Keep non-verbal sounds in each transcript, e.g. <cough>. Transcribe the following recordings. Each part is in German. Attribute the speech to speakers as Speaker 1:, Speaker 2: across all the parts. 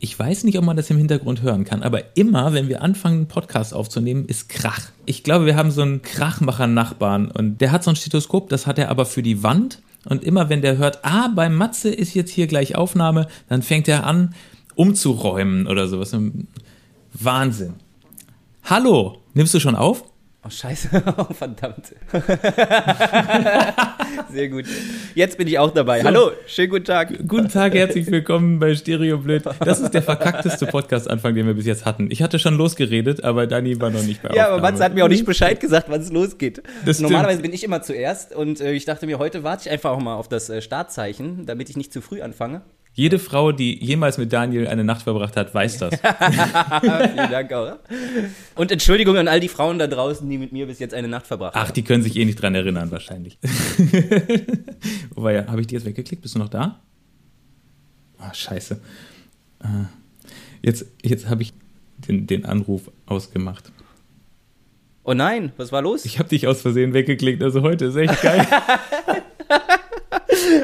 Speaker 1: Ich weiß nicht, ob man das im Hintergrund hören kann, aber immer, wenn wir anfangen, einen Podcast aufzunehmen, ist Krach. Ich glaube, wir haben so einen Krachmacher-Nachbarn und der hat so ein Stethoskop, das hat er aber für die Wand. Und immer, wenn der hört, ah, bei Matze ist jetzt hier gleich Aufnahme, dann fängt er an, umzuräumen oder sowas. Wahnsinn. Hallo, nimmst du schon auf? <laughs>
Speaker 2: Oh, scheiße. Oh, verdammt. <laughs> Sehr gut. Jetzt bin ich auch dabei.
Speaker 1: So.
Speaker 2: Hallo, schönen guten Tag.
Speaker 1: Guten Tag, herzlich willkommen bei Stereo Blöd. Das ist der verkackteste Podcast-Anfang, den wir bis jetzt hatten. Ich hatte schon losgeredet, aber Dani war noch nicht bei
Speaker 2: Ja, aber
Speaker 1: Aufnahme.
Speaker 2: Matze hat mir auch nicht Bescheid gesagt, wann es losgeht.
Speaker 1: Das stimmt.
Speaker 2: Normalerweise bin ich immer zuerst und äh, ich dachte mir, heute warte ich einfach auch mal auf das äh, Startzeichen, damit ich nicht zu früh anfange. <laughs>
Speaker 1: Jede Frau, die jemals mit Daniel eine Nacht verbracht hat, weiß
Speaker 2: <laughs>
Speaker 1: das.
Speaker 2: Vielen Dank auch. Und Entschuldigung an all die Frauen da draußen, die mit mir bis jetzt eine Nacht verbracht haben.
Speaker 1: Ach, die können sich eh nicht dran erinnern,
Speaker 2: <laughs>
Speaker 1: wahrscheinlich. Wobei, ja, habe ich die jetzt weggeklickt? Bist du noch da? Ah, scheiße. Äh, Jetzt, jetzt habe ich den, den Anruf ausgemacht.
Speaker 2: Oh nein, was war los?
Speaker 1: Ich habe dich aus Versehen weggeklickt, also heute ist echt
Speaker 2: <laughs>
Speaker 1: geil.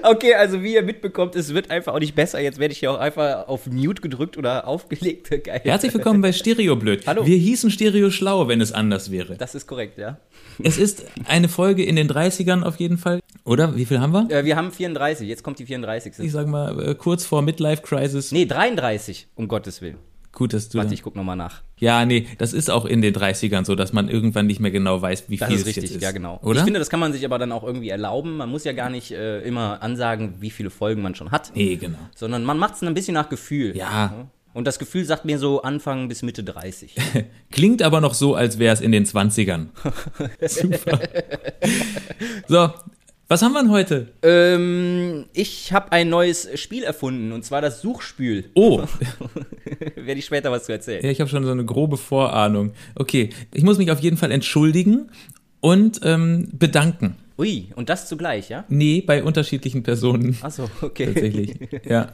Speaker 2: Okay, also wie ihr mitbekommt, es wird einfach auch nicht besser. Jetzt werde ich hier auch einfach auf Mute gedrückt oder <laughs> aufgelegt. Geil.
Speaker 1: Herzlich willkommen bei Stereo Blöd.
Speaker 2: Hallo.
Speaker 1: Wir hießen Stereo Schlau, wenn es anders wäre.
Speaker 2: Das ist korrekt, ja.
Speaker 1: Es ist eine Folge in den 30ern auf jeden Fall. Oder? Wie viel haben wir?
Speaker 2: Äh, wir haben 34, jetzt kommt die 34.
Speaker 1: Ich sag mal, äh, kurz vor Midlife Crisis.
Speaker 2: Nee, 33, um Gottes Willen.
Speaker 1: Gut, dass du.
Speaker 2: Warte, ich guck nochmal nach.
Speaker 1: Ja, nee, das ist auch in den 30ern so, dass man irgendwann nicht mehr genau weiß, wie
Speaker 2: Das
Speaker 1: viel
Speaker 2: ist
Speaker 1: es
Speaker 2: richtig,
Speaker 1: jetzt ist.
Speaker 2: ja genau.
Speaker 1: Oder?
Speaker 2: Ich finde, das kann man sich aber dann auch irgendwie erlauben. Man muss ja gar nicht äh, immer ansagen, wie viele Folgen man schon hat,
Speaker 1: nee, genau. <laughs>
Speaker 2: sondern man macht es ein bisschen nach Gefühl.
Speaker 1: Ja.
Speaker 2: Und das Gefühl sagt mir so Anfang bis
Speaker 1: <laughs>
Speaker 2: Mitte 30.
Speaker 1: Klingt aber noch so, als wäre es in den 20ern.
Speaker 2: <laughs>
Speaker 1: Super. So, was haben wir denn heute?
Speaker 2: ähm, ich habe ein neues Spiel erfunden, und zwar das Suchspiel. <laughs>
Speaker 1: Oh,
Speaker 2: Werde ich später was zu erzählen.
Speaker 1: ja, ich habe schon so eine grobe Vorahnung. Okay, ich muss mich auf jeden Fall entschuldigen und ähm, bedanken.
Speaker 2: Ui, und das zugleich, ja?
Speaker 1: Nee, bei unterschiedlichen
Speaker 2: <laughs>
Speaker 1: Personen.
Speaker 2: Achso, okay.
Speaker 1: Tatsächlich. Ja.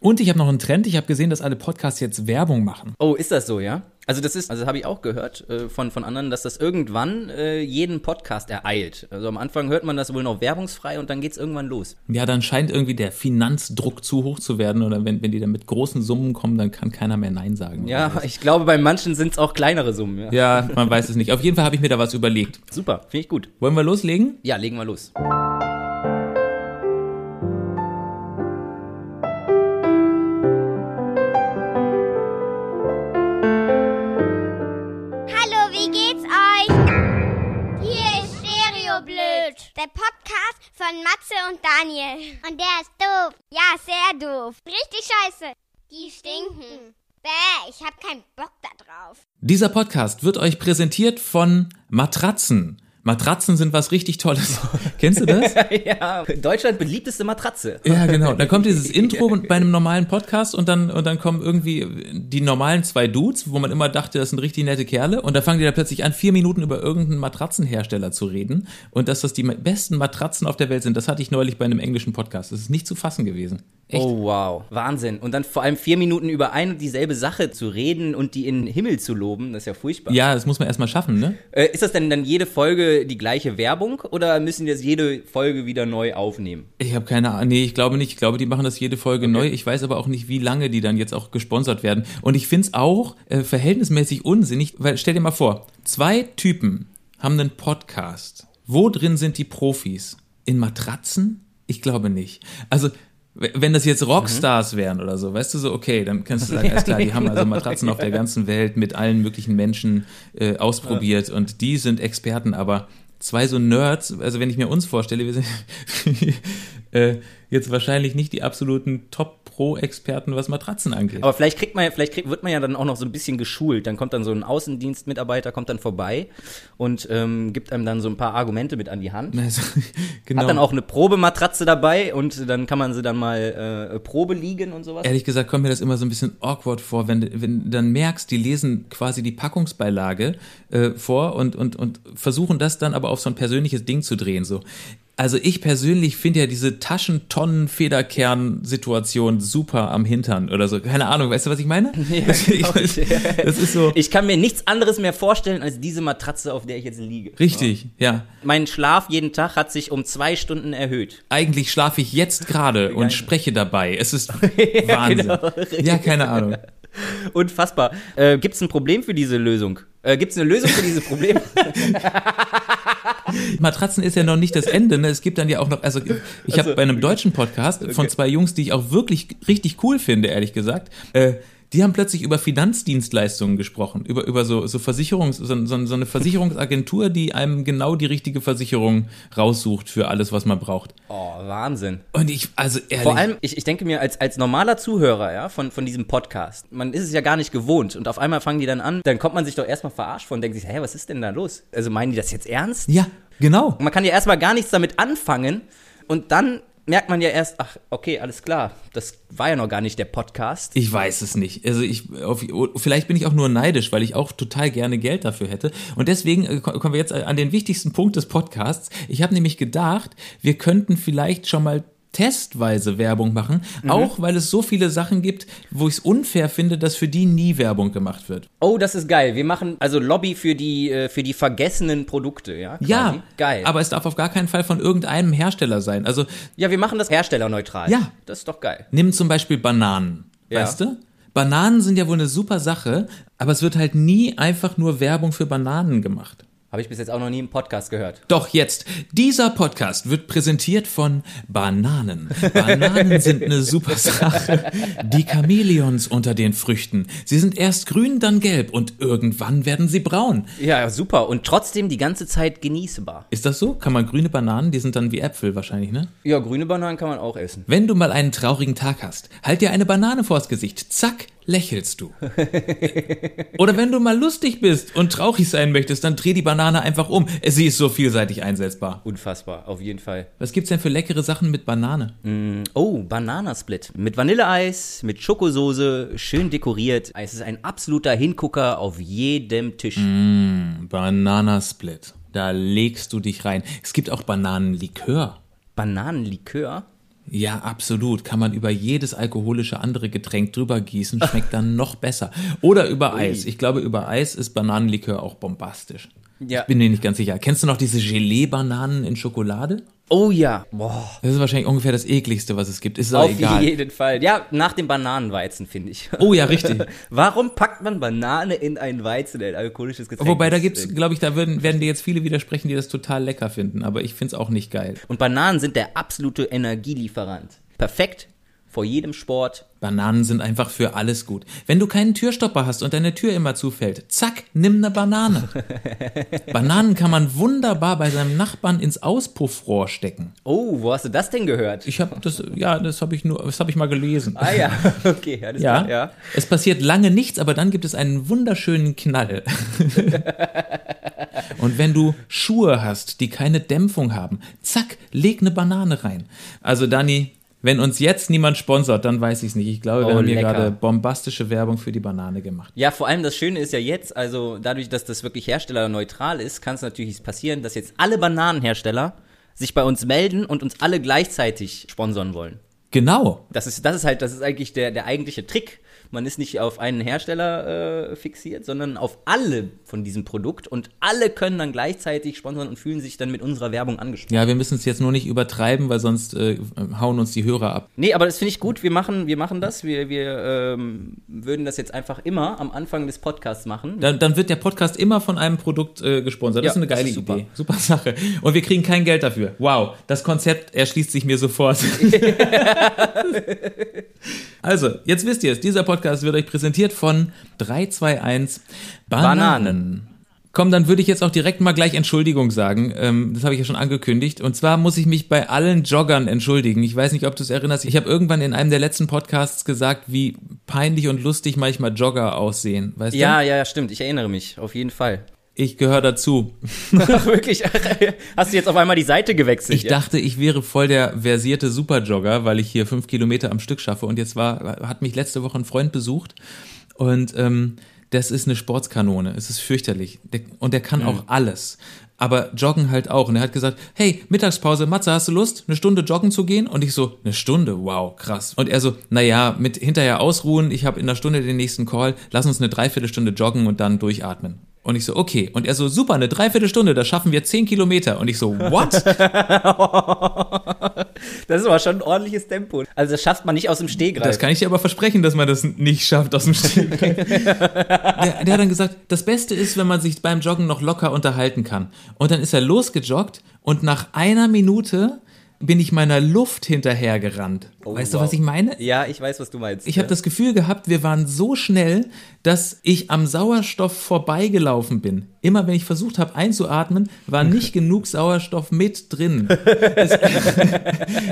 Speaker 1: Und ich habe noch einen Trend. Ich habe gesehen, dass alle Podcasts jetzt Werbung machen.
Speaker 2: Oh, ist das so, ja? Also das ist, also habe ich auch gehört äh, von, von anderen, dass das irgendwann äh, jeden Podcast ereilt. Also am Anfang hört man das wohl noch werbungsfrei und dann geht's irgendwann los.
Speaker 1: Ja, dann scheint irgendwie der Finanzdruck zu hoch zu werden. Oder wenn, wenn die dann mit großen Summen kommen, dann kann keiner mehr Nein sagen.
Speaker 2: Ja, ich glaube, bei manchen sind's auch kleinere Summen. Ja.
Speaker 1: Ja, man weiß es nicht. Auf jeden Fall habe ich mir da was überlegt.
Speaker 2: Super, finde ich gut.
Speaker 1: Wollen wir loslegen?
Speaker 2: Ja, legen wir los.
Speaker 3: Hallo, wie geht's euch? Hier ist Stereo Blöd. Der Podcast von Matze und Daniel. Und der ist doof. Ja, sehr doof. Richtig scheiße. Die stinken. Bäh, ich hab keinen Bock da drauf.
Speaker 1: Dieser Podcast wird euch präsentiert von Matratzen. Matratzen sind was richtig Tolles. <laughs> Kennst du das?
Speaker 2: ja, <laughs> Deutschland beliebteste Matratze.
Speaker 1: Ja, genau. Dann kommt dieses Intro und bei einem normalen Podcast und dann, und dann kommen irgendwie die normalen zwei Dudes, wo man immer dachte, das sind richtig nette Kerle. Und da fangen die da plötzlich an, vier Minuten über irgendeinen Matratzenhersteller zu reden. Und dass das die besten Matratzen auf der Welt sind, das hatte ich neulich bei einem englischen Podcast. Das ist nicht zu fassen gewesen. Echt?
Speaker 2: Oh wow, Wahnsinn. Und dann vor allem vier Minuten über ein und dieselbe Sache zu reden und die in den Himmel zu loben, das ist ja furchtbar.
Speaker 1: Ja, das muss man erstmal schaffen, ne?
Speaker 2: Äh, ist das denn dann jede Folge die gleiche Werbung oder müssen wir das jede Folge wieder neu aufnehmen?
Speaker 1: Ich habe keine Ahnung. Nee, ich glaube nicht. Ich glaube, die machen das jede Folge neu. Ich weiß aber auch nicht, wie lange die dann jetzt auch gesponsert werden. Und ich find's auch äh, verhältnismäßig unsinnig, weil stell dir mal vor, zwei Typen haben einen Podcast. Wo drin sind die Profis? In Matratzen? Ich glaube nicht. Also, w- wenn das jetzt Rockstars wären oder so, weißt du so, okay, dann kannst du sagen, alles klar, die haben also Matratzen auf der ganzen Welt mit allen möglichen Menschen äh, ausprobiert und die sind Experten, aber zwei so Nerds, also wenn ich mir uns vorstelle, wir sind <laughs> äh, jetzt wahrscheinlich nicht die absoluten Top-Pro-Experten, was Matratzen angeht.
Speaker 2: Aber vielleicht kriegt man, ja- vielleicht kriegt, wird man ja dann auch noch so ein bisschen geschult. Dann kommt dann so ein Außendienstmitarbeiter, kommt dann vorbei und ähm, gibt einem dann so ein paar Argumente mit an die Hand.
Speaker 1: Also, <laughs> genau.
Speaker 2: Hat dann auch eine Probematratze dabei und dann kann man sie dann mal äh, Probe liegen und sowas.
Speaker 1: Ehrlich gesagt kommt mir das immer so ein bisschen awkward vor, wenn, wenn du dann merkst, die lesen quasi die Packungsbeilage äh, vor und, und, und versuchen das dann aber auf so ein persönliches Ding zu drehen. So. Also ich persönlich finde ja diese Taschentonnen-Federkern-Situation super am Hintern oder so. Keine Ahnung, weißt du, was ich
Speaker 2: <laughs>
Speaker 1: meine? das,
Speaker 2: glaub ich.
Speaker 1: das ist so.
Speaker 2: Ich kann mir nichts anderes mehr vorstellen als diese Matratze, auf der ich jetzt liege.
Speaker 1: Richtig, ja.
Speaker 2: Mein Schlaf jeden Tag hat sich um zwei Stunden erhöht.
Speaker 1: Eigentlich schlafe ich jetzt gerade und spreche dabei. Es ist Wahnsinn. Ja, keine Ahnung.
Speaker 2: Unfassbar. Äh, Gibt es ein Problem für diese Lösung? Äh, Gibt es eine Lösung für dieses Problem? <laughs>
Speaker 1: Matratzen ist ja noch nicht das Ende. Ne? Es gibt dann ja auch noch, also ich habe bei einem deutschen Podcast von zwei Jungs, die ich auch wirklich richtig cool finde, ehrlich gesagt, äh, die haben plötzlich über Finanzdienstleistungen gesprochen, über, über so, so Versicherungs, so, so, so eine Versicherungsagentur, die einem genau die richtige Versicherung raussucht für alles, was man braucht.
Speaker 2: oh, Wahnsinn.
Speaker 1: Und ich, also ehrlich.
Speaker 2: Vor allem, ich, ich denke mir, als, als normaler Zuhörer ja, von, von diesem Podcast, man ist es ja gar nicht gewohnt und auf einmal fangen die dann an, dann kommt man sich doch erstmal verarscht vor und denkt sich, hä, was ist denn da los? Also meinen die das jetzt ernst?
Speaker 1: ja, genau.
Speaker 2: Und man kann ja erstmal gar nichts damit anfangen und dann merkt man ja erst, ach, okay, alles klar, das war ja noch gar nicht der Podcast.
Speaker 1: Ich weiß es nicht. Also ich, auf, vielleicht bin ich auch nur neidisch, weil ich auch total gerne Geld dafür hätte. Und deswegen äh, ko- kommen wir jetzt an den wichtigsten Punkt des Podcasts. Ich habe nämlich gedacht, wir könnten vielleicht schon mal testweise Werbung machen,
Speaker 2: Mhm.
Speaker 1: auch weil es so viele Sachen gibt, wo ich es unfair finde, dass für die nie Werbung gemacht wird.
Speaker 2: Oh, das ist geil. Wir machen also Lobby für die, äh, für die vergessenen Produkte, ja? quasi.
Speaker 1: Ja,
Speaker 2: Geil.
Speaker 1: Aber es darf auf gar keinen Fall von irgendeinem Hersteller sein. Also
Speaker 2: ja, wir machen das herstellerneutral.
Speaker 1: Ja.
Speaker 2: Das ist doch geil.
Speaker 1: Nimm zum Beispiel Bananen.
Speaker 2: Ja.
Speaker 1: Weißt du? Bananen sind ja wohl eine super Sache, aber es wird halt nie einfach nur Werbung für Bananen gemacht.
Speaker 2: Habe ich bis jetzt auch noch nie im Podcast gehört.
Speaker 1: Doch jetzt, dieser Podcast wird präsentiert von Bananen. Bananen sind eine super Sache. Die Chamäleons unter den Früchten. Sie sind erst grün, dann gelb und irgendwann werden sie braun.
Speaker 2: Ja, super. Und trotzdem die ganze Zeit genießbar.
Speaker 1: Ist das so? Kann man grüne Bananen, die sind dann wie Äpfel wahrscheinlich, ne?
Speaker 2: Ja, grüne Bananen kann man auch essen.
Speaker 1: Wenn du mal einen traurigen Tag hast, halt dir eine Banane vors Gesicht. Zack, lächelst du. Oder wenn du mal lustig bist und traurig sein möchtest, dann dreh die Banane einfach um. Sie ist so vielseitig einsetzbar.
Speaker 2: Unfassbar, auf jeden Fall.
Speaker 1: Was gibt's denn für leckere Sachen mit Banane?
Speaker 2: Oh, Bananasplit. Mit Vanilleeis, mit Schokosoße, schön dekoriert. Es ist ein absoluter Hingucker auf jedem Tisch.
Speaker 1: Bananasplit. Da legst du dich rein. Es gibt auch Bananenlikör.
Speaker 2: Bananenlikör?
Speaker 1: Ja, absolut. Kann man über jedes alkoholische andere Getränk drüber gießen, schmeckt dann noch besser. Oder über Eis. Ich glaube, über Eis ist Bananenlikör auch bombastisch.
Speaker 2: Ja.
Speaker 1: Ich bin mir nicht ganz sicher. Kennst du noch diese Gelee-Bananen in Schokolade?
Speaker 2: Oh ja. Boah.
Speaker 1: Das ist wahrscheinlich ungefähr das ekligste, was es gibt. Ist auch
Speaker 2: Auf
Speaker 1: egal.
Speaker 2: jeden Fall. Ja, nach dem Bananenweizen, finde ich. <laughs>
Speaker 1: Oh ja, richtig.
Speaker 2: Warum packt man Banane in einen Weizen, ein alkoholisches Getränk?
Speaker 1: Wobei da
Speaker 2: ist?
Speaker 1: gibt's, glaube ich, da würden, werden dir jetzt viele widersprechen, die das total lecker finden. Aber ich find's auch nicht geil.
Speaker 2: Und Bananen sind der absolute Energielieferant. Perfekt vor jedem Sport.
Speaker 1: Bananen sind einfach für alles gut. Wenn du keinen Türstopper hast und deine Tür immer zufällt, zack, nimm eine Banane. Bananen kann man wunderbar bei seinem Nachbarn ins Auspuffrohr stecken.
Speaker 2: Oh, wo hast du das denn gehört?
Speaker 1: Ich habe das, ja, das habe ich nur, das habe ich mal gelesen.
Speaker 2: ah ja, <laughs> okay, alles
Speaker 1: Ja.
Speaker 2: klar. Ja.
Speaker 1: es passiert lange nichts, aber dann gibt es einen wunderschönen
Speaker 2: <laughs>
Speaker 1: Knall. Und wenn du Schuhe hast, die keine Dämpfung haben, zack, leg eine Banane rein. Also Dani, wenn uns jetzt niemand sponsert, dann weiß ich es nicht. Ich glaube, wir
Speaker 2: Oh,
Speaker 1: haben hier
Speaker 2: lecker.
Speaker 1: gerade bombastische Werbung für die Banane gemacht.
Speaker 2: Ja, vor allem das Schöne ist ja jetzt, also dadurch, dass das wirklich herstellerneutral ist, kann es natürlich passieren, dass jetzt alle Bananenhersteller sich bei uns melden und uns alle gleichzeitig sponsern wollen.
Speaker 1: Genau.
Speaker 2: Das ist, das ist halt, das ist eigentlich der, der eigentliche Trick. Man ist nicht auf einen Hersteller äh, fixiert, sondern auf alle von diesem Produkt und alle können dann gleichzeitig sponsern und fühlen sich dann mit unserer Werbung angesprochen.
Speaker 1: Ja, wir müssen es jetzt nur nicht übertreiben, weil sonst äh, hauen uns die Hörer ab.
Speaker 2: Nee, aber das finde ich gut. Wir machen, wir machen das. Wir, wir ähm, würden das jetzt einfach immer am Anfang des Podcasts machen.
Speaker 1: Mhm. Dann, dann wird der Podcast immer von einem Produkt äh, gesponsert. Das
Speaker 2: Ja,
Speaker 1: ist eine
Speaker 2: das
Speaker 1: geile
Speaker 2: ist super.
Speaker 1: Idee. Super Sache. Und wir kriegen kein Geld dafür. Wow, das Konzept erschließt sich mir
Speaker 2: <laughs>
Speaker 1: sofort. also, jetzt wisst ihr es. Dieser Podcast wird euch präsentiert von 321 Bananen. Bananen.
Speaker 2: Bananen.
Speaker 1: Komm, dann würde ich jetzt auch direkt mal gleich Entschuldigung sagen. Ähm, das habe ich ja schon angekündigt. Und zwar muss ich mich bei allen Joggern entschuldigen. Ich weiß nicht, ob du es erinnerst. Ich habe irgendwann in einem der letzten Podcasts gesagt, wie peinlich und lustig manchmal Jogger aussehen. Weißt du?
Speaker 2: Ja, ja, ja, stimmt. Ich erinnere mich. Auf jeden Fall.
Speaker 1: Ich gehöre dazu.
Speaker 2: Ach, <laughs> wirklich? Hast du jetzt auf einmal die Seite gewechselt?
Speaker 1: Ich dachte, ich wäre voll der versierte Superjogger, weil ich hier fünf Kilometer am Stück schaffe. Und jetzt war, hat mich letzte Woche ein Freund besucht und ähm, das ist eine Sportskanone. Es ist fürchterlich. Der, und der kann auch alles. Aber joggen halt auch. Und er hat gesagt, hey, Mittagspause, Matze, hast du Lust, eine Stunde joggen zu gehen? Und ich so, eine Stunde, wow, krass. Und er so, naja, mit hinterher ausruhen, ich habe in einer Stunde den nächsten Call, lass uns eine Dreiviertelstunde joggen und dann durchatmen. Und ich so, okay. Und er so, super, eine Dreiviertelstunde, da schaffen wir zehn Kilometer. Und ich so, what?
Speaker 2: <laughs> Das ist aber schon ein ordentliches Tempo. Also das schafft man nicht aus dem Stehgreif.
Speaker 1: Das kann ich dir aber versprechen, dass man das nicht schafft aus dem Stehen. der, der hat dann gesagt, das Beste ist, wenn man sich beim Joggen noch locker unterhalten kann. Und dann ist er losgejoggt und nach einer Minute bin ich meiner Luft hinterhergerannt.
Speaker 2: Oh,
Speaker 1: weißt
Speaker 2: wow.
Speaker 1: du, was ich meine?
Speaker 2: ja, ich weiß, was du meinst. ne?
Speaker 1: Ich habe das Gefühl gehabt, wir waren so schnell, dass ich am Sauerstoff vorbeigelaufen bin. Immer wenn ich versucht habe einzuatmen, war
Speaker 2: <laughs>
Speaker 1: nicht genug Sauerstoff mit drin. Es-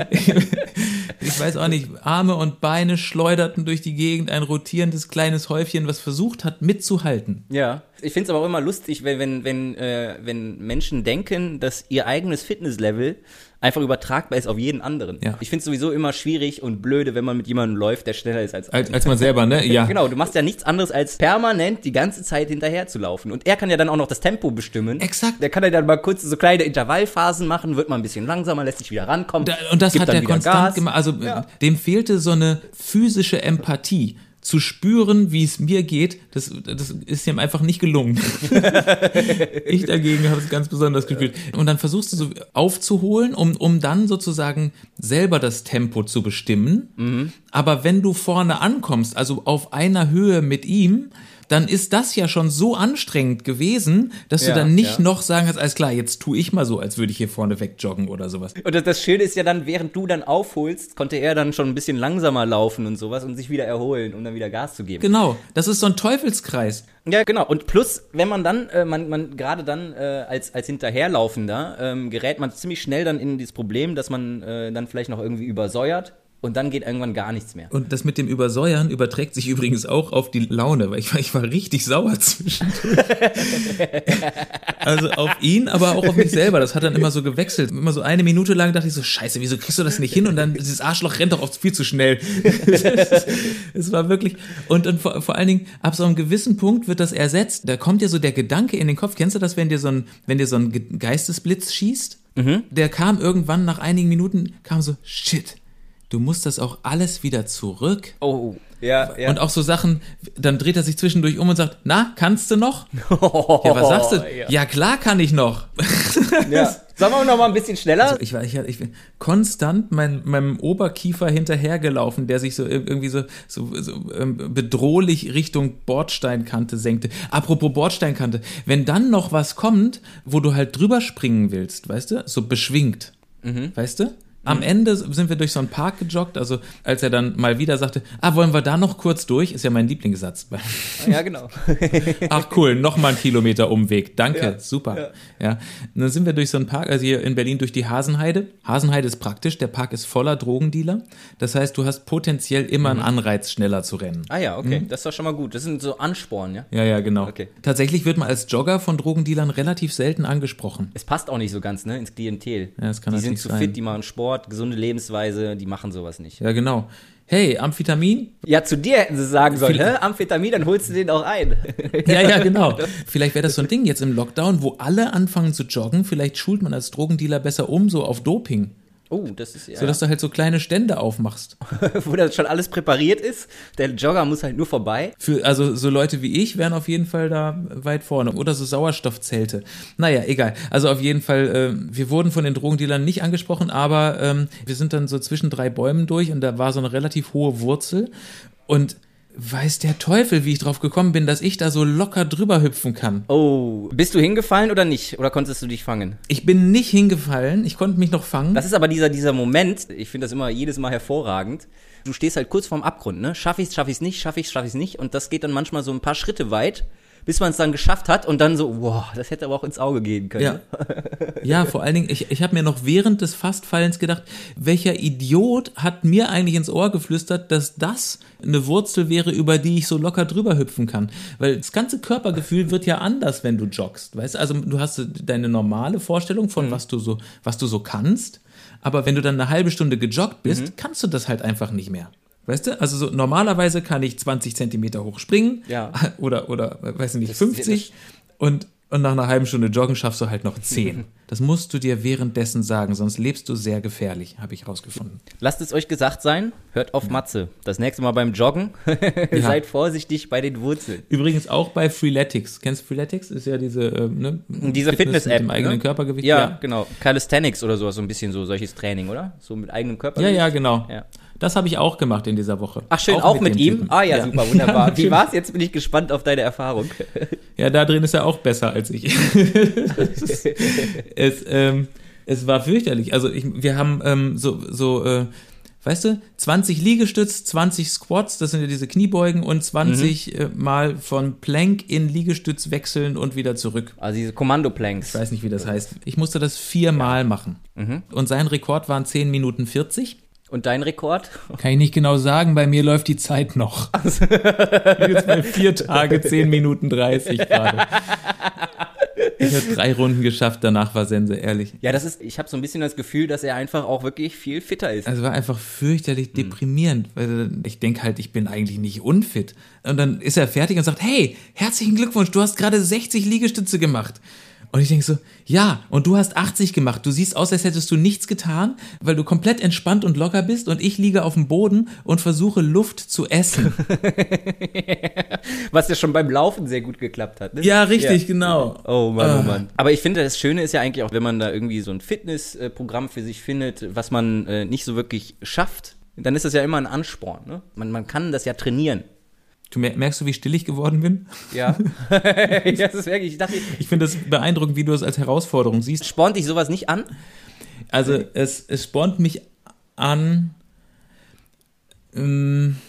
Speaker 1: <laughs> ich weiß auch nicht, Arme und Beine schleuderten durch die Gegend ein rotierendes kleines Häufchen, was versucht hat mitzuhalten.
Speaker 2: Ja, ich find's aber auch immer lustig, wenn, wenn, wenn, äh, wenn Menschen denken, dass ihr eigenes Fitnesslevel einfach übertragbar ist auf jeden anderen.
Speaker 1: Ja.
Speaker 2: Ich find's sowieso immer schwierig und blöde, wenn man mit jemandem läuft, der schneller ist als
Speaker 1: Als, als man selber,
Speaker 2: <laughs>
Speaker 1: ne? Ja.
Speaker 2: Genau, du machst ja nichts anderes als permanent die ganze Zeit hinterher zu laufen. Und er kann ja dann auch noch das Tempo bestimmen.
Speaker 1: Exakt.
Speaker 2: Der kann ja dann mal kurz so kleine Intervallphasen machen, wird mal ein bisschen langsamer, lässt sich wieder rankommen.
Speaker 1: Da, und das
Speaker 2: gibt
Speaker 1: hat
Speaker 2: dann
Speaker 1: er
Speaker 2: wieder
Speaker 1: konstant
Speaker 2: Gas.
Speaker 1: gemacht. Also äh,
Speaker 2: Ja.
Speaker 1: dem fehlte so eine physische Empathie. Zu spüren, wie es mir geht, das, das ist ihm einfach nicht gelungen.
Speaker 2: <laughs>
Speaker 1: ich dagegen habe es ganz besonders gespielt. Und dann versuchst du so aufzuholen, um, um dann sozusagen selber das Tempo zu bestimmen.
Speaker 2: Mhm.
Speaker 1: Aber wenn du vorne ankommst, also auf einer Höhe mit ihm, dann ist das ja schon so anstrengend gewesen, dass
Speaker 2: Ja,
Speaker 1: du dann nicht
Speaker 2: ja.
Speaker 1: noch sagen kannst, alles klar, jetzt tue ich mal so, als würde ich hier vorne wegjoggen oder sowas.
Speaker 2: Und das, das Schöne ist ja dann, während du dann aufholst, konnte er dann schon ein bisschen langsamer laufen und sowas und sich wieder erholen, um dann wieder Gas zu geben.
Speaker 1: Genau, das ist so ein Teufelskreis.
Speaker 2: Ja, genau. Und plus, wenn man dann, äh, man, man gerade dann äh, als, als Hinterherlaufender, ähm, gerät man ziemlich schnell dann in dieses Problem, dass man äh, dann vielleicht noch irgendwie übersäuert und dann geht irgendwann gar nichts mehr.
Speaker 1: Und das mit dem Übersäuern überträgt sich übrigens auch auf die Laune, weil ich war, ich war richtig sauer <laughs> zwischendurch. also auf ihn, aber auch auf mich selber. Das hat dann immer so gewechselt. Immer so eine Minute lang dachte ich so, scheiße, wieso kriegst du das nicht hin? Und dann, dieses Arschloch rennt doch oft viel zu schnell. Es war wirklich, und, und vor, vor allen Dingen, ab so einem gewissen Punkt wird das ersetzt. Da kommt dir so der Gedanke in den Kopf. Kennst du das, wenn dir so ein, wenn dir so ein Ge- Geistesblitz schießt? Der kam irgendwann nach einigen Minuten, kam so, shit, du musst das auch alles wieder zurück.
Speaker 2: Oh, ja, ja.
Speaker 1: Und auch so Sachen, dann dreht er sich zwischendurch um und sagt, na, kannst du noch?
Speaker 2: auch,
Speaker 1: Ja, was sagst du?
Speaker 2: Oh, Ja.
Speaker 1: Ja, klar kann ich noch.
Speaker 2: Ja. Sollen wir noch mal ein bisschen schneller?
Speaker 1: Also Ich war, ich, ich bin konstant mein, meinem Oberkiefer hinterhergelaufen, der sich so ir- irgendwie so, so, so ähm, bedrohlich Richtung Bordsteinkante senkte. Apropos Bordsteinkante, wenn dann noch was kommt, wo du halt drüber springen willst, weißt du, so beschwingt, weißt du? Am Ende sind wir durch so einen Park gejoggt, also als er dann mal wieder sagte, ah, wollen wir da noch kurz durch? Ist ja mein Lieblingssatz. <laughs>
Speaker 2: ja, genau.
Speaker 1: Ach cool, nochmal einen Kilometer Umweg. Danke,
Speaker 2: Ja,
Speaker 1: super. Ja. Und dann sind wir durch so einen Park, also hier in Berlin durch die Hasenheide. Hasenheide ist praktisch, der Park ist voller Drogendealer. Das heißt, du hast potenziell immer
Speaker 2: Mhm.
Speaker 1: einen Anreiz, schneller zu rennen.
Speaker 2: ah ja, okay. Das ist doch schon mal gut. Das sind so Ansporen, ja.
Speaker 1: Ja, ja, genau.
Speaker 2: Okay.
Speaker 1: Tatsächlich wird man als Jogger von Drogendealern relativ selten angesprochen.
Speaker 2: Es passt auch nicht so ganz, ne, ins Klientel.
Speaker 1: Ja, das kann
Speaker 2: die sind
Speaker 1: natürlich
Speaker 2: zu
Speaker 1: sein.
Speaker 2: fit, die machen Sport, gesunde Lebensweise, die machen sowas nicht.
Speaker 1: Ja, genau. Hey, Amphetamin?
Speaker 2: Ja, zu dir hätten sie sagen sollen,
Speaker 1: Viel-
Speaker 2: hä? Amphetamin, dann holst du den auch ein.
Speaker 1: Ja, ja,
Speaker 2: <laughs>
Speaker 1: genau. Vielleicht wäre das so ein Ding jetzt im Lockdown, wo alle anfangen zu joggen. Vielleicht schult man als Drogendealer besser um, so auf Doping.
Speaker 2: Oh, das ist ja.
Speaker 1: Sodass du halt so kleine Stände aufmachst.
Speaker 2: <laughs> wo das schon alles präpariert ist. Der Jogger muss halt nur vorbei.
Speaker 1: Für, also so Leute wie ich wären auf jeden Fall da weit vorne. Oder so Sauerstoffzelte. Naja, egal. Also auf jeden Fall, äh, wir wurden von den Drogendealern nicht angesprochen, aber ähm, wir sind dann so zwischen drei Bäumen durch und da war so eine relativ hohe Wurzel. Und weiß der Teufel, wie ich drauf gekommen bin, dass ich da so locker drüber hüpfen kann.
Speaker 2: Oh, bist du hingefallen oder nicht? Oder konntest du dich fangen?
Speaker 1: Ich bin nicht hingefallen, ich konnte mich noch fangen.
Speaker 2: Das ist aber dieser, dieser Moment, ich finde das immer jedes Mal hervorragend. Du stehst halt kurz vorm Abgrund, ne? Schaff ich's, schaff ich's nicht, schaff ich's, schaff ich's nicht. Und das geht dann manchmal so ein paar Schritte weit, bis man es dann geschafft hat und dann so, wow, das hätte aber auch ins Auge gehen können.
Speaker 1: Ja. ja, vor allen Dingen, ich, ich habe mir noch während des Fastfallens gedacht, welcher Idiot hat mir eigentlich ins Ohr geflüstert, dass das eine Wurzel wäre, über die ich so locker drüber hüpfen kann. Weil das ganze Körpergefühl wird ja anders, wenn du joggst. Weißt du? also du hast so deine normale Vorstellung von,
Speaker 2: Mhm.
Speaker 1: was du so, was du so kannst. Aber wenn du dann eine halbe Stunde gejoggt bist,
Speaker 2: Mhm.
Speaker 1: kannst du das halt einfach nicht mehr. Weißt du, also so <laughs> normalerweise kann ich 20 Zentimeter hoch springen
Speaker 2: Ja.
Speaker 1: oder, oder, äh, weiß nicht,
Speaker 2: Das- das-
Speaker 1: 50 und und nach einer halben Stunde Joggen schaffst du halt noch
Speaker 2: <laughs>
Speaker 1: zehn. Das musst du dir währenddessen sagen, sonst lebst du sehr gefährlich, habe ich rausgefunden.
Speaker 2: Lasst es euch gesagt sein, hört auf Matze. Das nächste Mal beim Joggen, <laughs> seid vorsichtig bei den Wurzeln.
Speaker 1: Übrigens auch bei Freeletics. Kennst du Freeletics? Ist ja diese, ähm, ne?
Speaker 2: Diese Fitness-App. ne?
Speaker 1: Mit dem eigenen Körpergewicht.
Speaker 2: Ja, genau. Calisthenics oder sowas, so ein bisschen so solches Training, oder? So mit eigenem
Speaker 1: ja, ja,
Speaker 2: Körpergewicht.
Speaker 1: ja, genau.
Speaker 2: Ja.
Speaker 1: Das habe ich auch gemacht in dieser Woche.
Speaker 2: Ach schön, auch, mit,
Speaker 1: dem
Speaker 2: ihm?
Speaker 1: Typen.
Speaker 2: Ah ja, super,
Speaker 1: <laughs>
Speaker 2: wunderbar. Wie
Speaker 1: natürlich.
Speaker 2: war's? Jetzt bin ich gespannt auf deine Erfahrung.
Speaker 1: Ja, da drin ist er auch besser als ich. es, ähm, es war fürchterlich. Also ich, wir haben ähm, so, so äh, weißt du, 20 Liegestütz, 20 Squats, das sind ja diese Kniebeugen und 20 äh, Mal von Plank in Liegestütz wechseln und wieder zurück.
Speaker 2: Also diese Kommando-Planks.
Speaker 1: Ich weiß nicht, wie das heißt. Ich musste das viermal machen. Und sein Rekord waren 10 Minuten 40.
Speaker 2: Und dein Rekord?
Speaker 1: Kann ich nicht genau sagen, bei mir läuft die Zeit noch. Ich bin jetzt bei vier Tage, 10 Minuten 30 gerade. Ich habe drei Runden geschafft, danach war Sense, ehrlich.
Speaker 2: Ja, das ist, ich habe so ein bisschen das Gefühl, dass er einfach auch wirklich viel fitter ist.
Speaker 1: Es war einfach fürchterlich deprimierend, weil ich denke halt, ich bin eigentlich nicht unfit. Und dann ist er fertig und sagt, hey, herzlichen Glückwunsch, du hast gerade 60 Liegestütze gemacht. Und ich denke so, ja, und du hast 80 gemacht. Du siehst aus, als hättest du nichts getan, weil du komplett entspannt und locker bist und ich liege auf dem Boden und versuche Luft zu essen.
Speaker 2: Was ja schon beim Laufen sehr gut geklappt hat. Ne?
Speaker 1: Ja, richtig, genau.
Speaker 2: Oh Mann, oh Mann. Aber ich finde, das Schöne ist ja eigentlich auch, wenn man da irgendwie so ein Fitnessprogramm für sich findet, was man äh, nicht so wirklich schafft, dann ist das ja immer ein Ansporn. Ne? Man, man kann das ja trainieren.
Speaker 1: Du mer- merkst du, wie still ich geworden bin? <laughs>
Speaker 2: Ja. <laughs> das ist wirklich, ich dachte,
Speaker 1: Ich finde es beeindruckend, wie du es als Herausforderung siehst.
Speaker 2: spornt dich sowas nicht an?
Speaker 1: Also es, es spornt mich an. Ähm,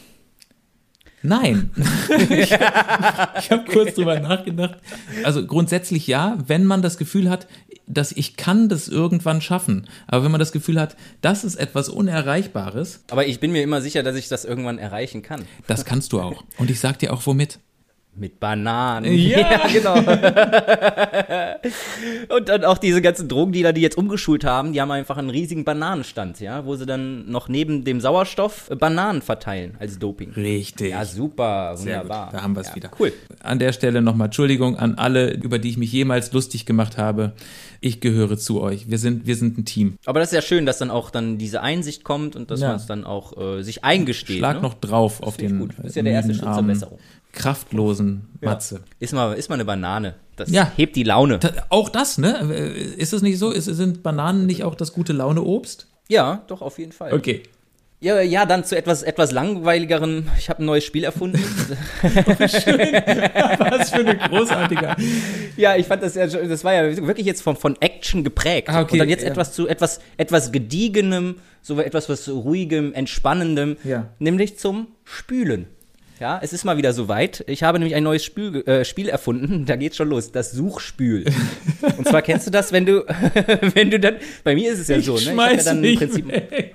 Speaker 1: nein. <laughs> ich ich habe kurz drüber nachgedacht. Also grundsätzlich ja, wenn man das Gefühl hat, dass ich kann das irgendwann schaffen. Aber wenn man das Gefühl hat, das ist etwas Unerreichbares,
Speaker 2: Aber ich bin mir immer sicher, dass ich das irgendwann erreichen kann.
Speaker 1: das kannst du auch. Und ich sag dir auch womit.
Speaker 2: Mit Bananen. <laughs>
Speaker 1: Ja.
Speaker 2: genau. und dann auch diese ganzen Drogendealer, die jetzt umgeschult haben, die haben einfach einen riesigen Bananenstand, ja, wo sie dann noch neben dem Sauerstoff äh, Bananen verteilen als Doping.
Speaker 1: Richtig.
Speaker 2: Ja, super,
Speaker 1: Sehr gut,
Speaker 2: wunderbar.
Speaker 1: Da haben wir es
Speaker 2: ja,
Speaker 1: wieder.
Speaker 2: Cool.
Speaker 1: An der Stelle nochmal Entschuldigung an alle, über die ich mich jemals lustig gemacht habe. Ich gehöre zu euch. Wir sind, wir sind ein Team.
Speaker 2: Aber das ist ja schön, dass dann auch dann diese Einsicht kommt und dass
Speaker 1: Ja.
Speaker 2: man es dann auch äh, sich eingesteht.
Speaker 1: Schlag
Speaker 2: ne?
Speaker 1: noch drauf auf
Speaker 2: Finde ich
Speaker 1: den äh,
Speaker 2: gut. Ist ja der erste
Speaker 1: müden,
Speaker 2: Schritt zur
Speaker 1: armen,
Speaker 2: Besserung.
Speaker 1: kraftlosen Matze.
Speaker 2: Ist mal, ist mal eine Banane. Das
Speaker 1: Ja.
Speaker 2: hebt die Laune.
Speaker 1: Ta- Auch das, ne? Äh, Ist es nicht so? Ist, sind Bananen nicht auch das gute Laune-Obst?
Speaker 2: ja, doch, auf jeden Fall.
Speaker 1: Okay. <laughs>
Speaker 2: Ja, ja, dann zu etwas, etwas langweiligeren. Ich habe ein neues Spiel erfunden.
Speaker 1: Was für eine großartige.
Speaker 2: <laughs> ja, ich fand das ja, schon- das war ja wirklich jetzt von, von Action geprägt.
Speaker 1: Ah, okay,
Speaker 2: Und dann jetzt
Speaker 1: ja.
Speaker 2: etwas zu etwas, etwas gediegenem, so etwas was ruhigem, entspannendem,
Speaker 1: Ja.
Speaker 2: nämlich zum Spülen. Ja, es ist mal wieder soweit. Ich habe nämlich ein neues Spül, äh, Spiel erfunden. Da geht's schon los. Das Suchspül. Und zwar kennst du das, wenn du, <laughs> wenn du dann, bei mir ist es ja so, ne? Ich hab ja
Speaker 1: Schmeiß
Speaker 2: dann
Speaker 1: mich weg.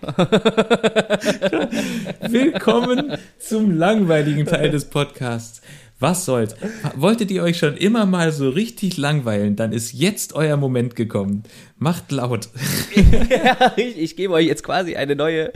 Speaker 1: <laughs> Willkommen zum langweiligen Teil des Podcasts. Was soll's? Wolltet ihr euch schon immer mal so richtig langweilen, dann ist jetzt euer Moment gekommen. Macht laut.
Speaker 2: Ja, <laughs> ich, ich gebe euch jetzt quasi eine neue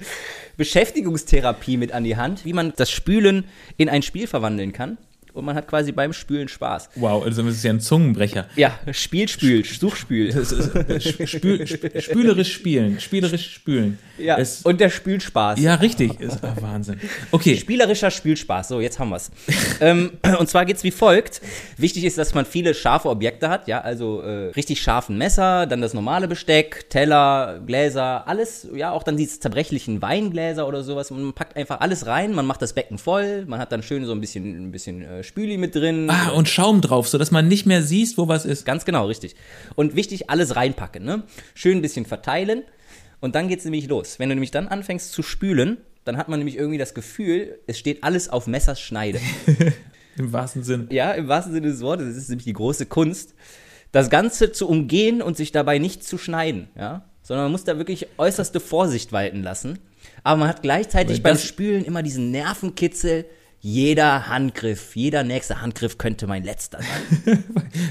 Speaker 2: Beschäftigungstherapie mit an die Hand, wie man das Spülen in ein Spiel verwandeln kann. Und man hat quasi beim Spülen Spaß.
Speaker 1: Wow, also das ist ja ein Zungenbrecher.
Speaker 2: Ja, Spielspül, Suchspül.
Speaker 1: Das ist, äh, spül, sp- spülerisch spielen, spielerisch spülen.
Speaker 2: Ja,
Speaker 1: es,
Speaker 2: und der Spülspaß.
Speaker 1: ja richtig. Ist, ah, Wahnsinn. Okay,
Speaker 2: Spielerischer Spielspaß. So, jetzt haben wir's. <laughs> ähm, und zwar geht's wie folgt. Wichtig ist, dass man viele scharfe Objekte hat, ja, also äh, richtig scharfen Messer, dann das normale Besteck, Teller, Gläser, alles, ja, auch dann diese zerbrechlichen Weingläser oder sowas. Und man packt einfach alles rein, man macht das Becken voll, man hat dann schön so ein bisschen, ein bisschen äh, Spüli mit drin.
Speaker 1: ah, und Schaum drauf, sodass man nicht mehr sieht, wo was ist.
Speaker 2: Ganz genau, richtig. Und wichtig, alles reinpacken, ne? Schön ein bisschen verteilen. Und dann geht's nämlich los. Wenn du nämlich dann anfängst zu spülen, dann hat man nämlich irgendwie das Gefühl, es steht alles auf Messerschneide.
Speaker 1: Im wahrsten Sinne.
Speaker 2: ja, im wahrsten Sinne des Wortes, das ist nämlich die große Kunst, das Ganze zu umgehen und sich dabei nicht zu schneiden, ja? Sondern man muss da wirklich äußerste Vorsicht walten lassen. Aber man hat gleichzeitig
Speaker 1: Weil
Speaker 2: beim
Speaker 1: das-
Speaker 2: Spülen immer diesen Nervenkitzel, jeder Handgriff, jeder nächste Handgriff könnte mein letzter sein.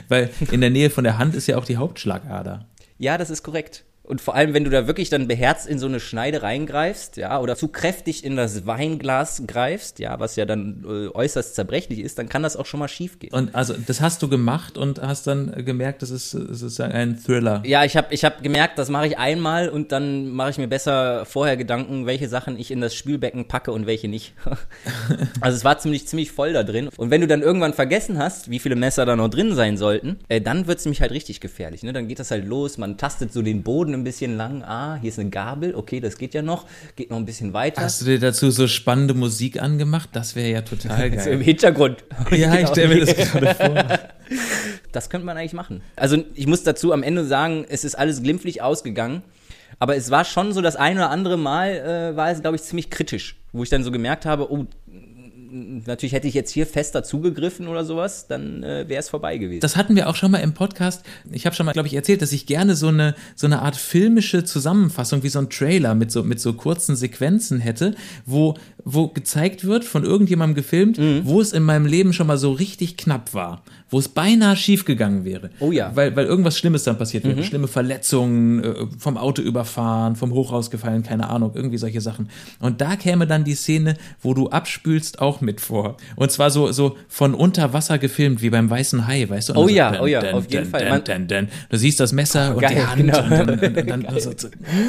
Speaker 1: Weil in der Nähe von der Hand ist ja auch die Hauptschlagader.
Speaker 2: Ja, das ist korrekt. Und vor allem, wenn du da wirklich dann beherzt in so eine Schneide reingreifst, ja, oder zu kräftig in das Weinglas greifst, ja, was ja dann äh, äußerst zerbrechlich ist, dann kann das auch schon mal schief gehen.
Speaker 1: Und also, das hast du gemacht und hast dann äh, gemerkt, das ist äh, sozusagen ein Thriller.
Speaker 2: Ja, ich habe ich hab gemerkt, das mache ich einmal und dann mache ich mir besser vorher Gedanken, welche Sachen ich in das Spülbecken packe und welche nicht. <laughs> also es war ziemlich, ziemlich voll da drin. Und wenn du dann irgendwann vergessen hast, wie viele Messer da noch drin sein sollten, äh, dann wird's nämlich halt richtig gefährlich. Ne? Dann geht das halt los, man tastet so den Boden ein bisschen lang. Ah, hier ist eine Gabel, okay, das geht ja noch. Geht noch ein bisschen weiter.
Speaker 1: Hast du dir dazu so spannende Musik angemacht? Das wäre ja
Speaker 2: <laughs>
Speaker 1: total
Speaker 2: So Im
Speaker 1: geil.
Speaker 2: Hintergrund.
Speaker 1: ja,
Speaker 2: genau.
Speaker 1: ich stelle
Speaker 2: <laughs>
Speaker 1: mir das gerade vor.
Speaker 2: Das könnte man eigentlich machen. Also ich muss dazu am Ende sagen, es ist alles glimpflich ausgegangen. Aber es war schon so, das ein oder andere Mal äh, war es, glaube ich, ziemlich kritisch, wo ich dann so gemerkt habe, oh, natürlich hätte ich jetzt hier fester zugegriffen oder sowas, dann äh, wäre es vorbei gewesen.
Speaker 1: Das hatten wir auch schon mal im Podcast. Ich habe schon mal, glaube ich, erzählt, dass ich gerne so eine so eine Art filmische Zusammenfassung wie so ein Trailer mit so mit so kurzen Sequenzen hätte, wo wo gezeigt wird von irgendjemandem gefilmt,
Speaker 2: Mhm.
Speaker 1: wo es in meinem Leben schon mal so richtig knapp war, wo es beinahe schief gegangen wäre.
Speaker 2: Oh ja.
Speaker 1: Weil weil irgendwas Schlimmes dann passiert
Speaker 2: Mhm.
Speaker 1: wäre, schlimme Verletzungen, äh, vom Auto überfahren, vom Hochhaus gefallen, keine Ahnung, irgendwie solche Sachen. Und da käme dann die Szene, wo du abspülst, auch mit vor. Und zwar so so von unter Wasser gefilmt wie beim weißen Hai, weißt du?
Speaker 2: Oh
Speaker 1: Also,
Speaker 2: ja, oh ja, auf jeden Fall. Man-
Speaker 1: Dun, dun. Du siehst das Messer und
Speaker 2: Geil,
Speaker 1: die Hand
Speaker 2: genau.
Speaker 1: und dann, und dann
Speaker 2: <laughs>
Speaker 1: nur so, so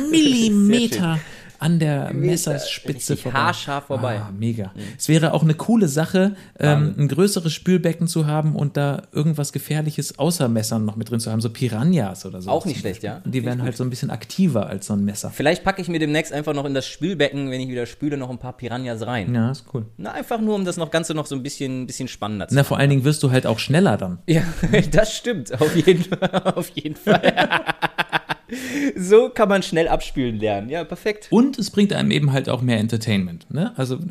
Speaker 1: Millimeter an der Messerspitze
Speaker 2: Richtig
Speaker 1: vorbei.
Speaker 2: haarscharf vorbei.
Speaker 1: Ah, mega.
Speaker 2: Mhm.
Speaker 1: Es wäre auch eine coole Sache, ähm, ein größeres Spülbecken zu haben und da irgendwas Gefährliches außer Messern noch mit drin zu haben, so Piranhas oder so.
Speaker 2: Auch nicht schlecht, ja.
Speaker 1: Die wären halt so ein bisschen aktiver als so ein Messer.
Speaker 2: Vielleicht packe ich mir demnächst einfach noch in das Spülbecken, wenn ich wieder spüle, noch ein paar Piranhas rein.
Speaker 1: Ja, ist cool.
Speaker 2: Na, einfach nur, um das noch Ganze noch so ein bisschen, bisschen spannender zu
Speaker 1: Na, vor allen Dingen wirst du halt auch schneller dann.
Speaker 2: Ja, <laughs> das stimmt. Auf jeden, auf jeden Fall. <laughs> so kann man schnell abspülen lernen. Ja, perfekt.
Speaker 1: Und es bringt einem eben halt auch mehr Entertainment. Ne? Also, äh,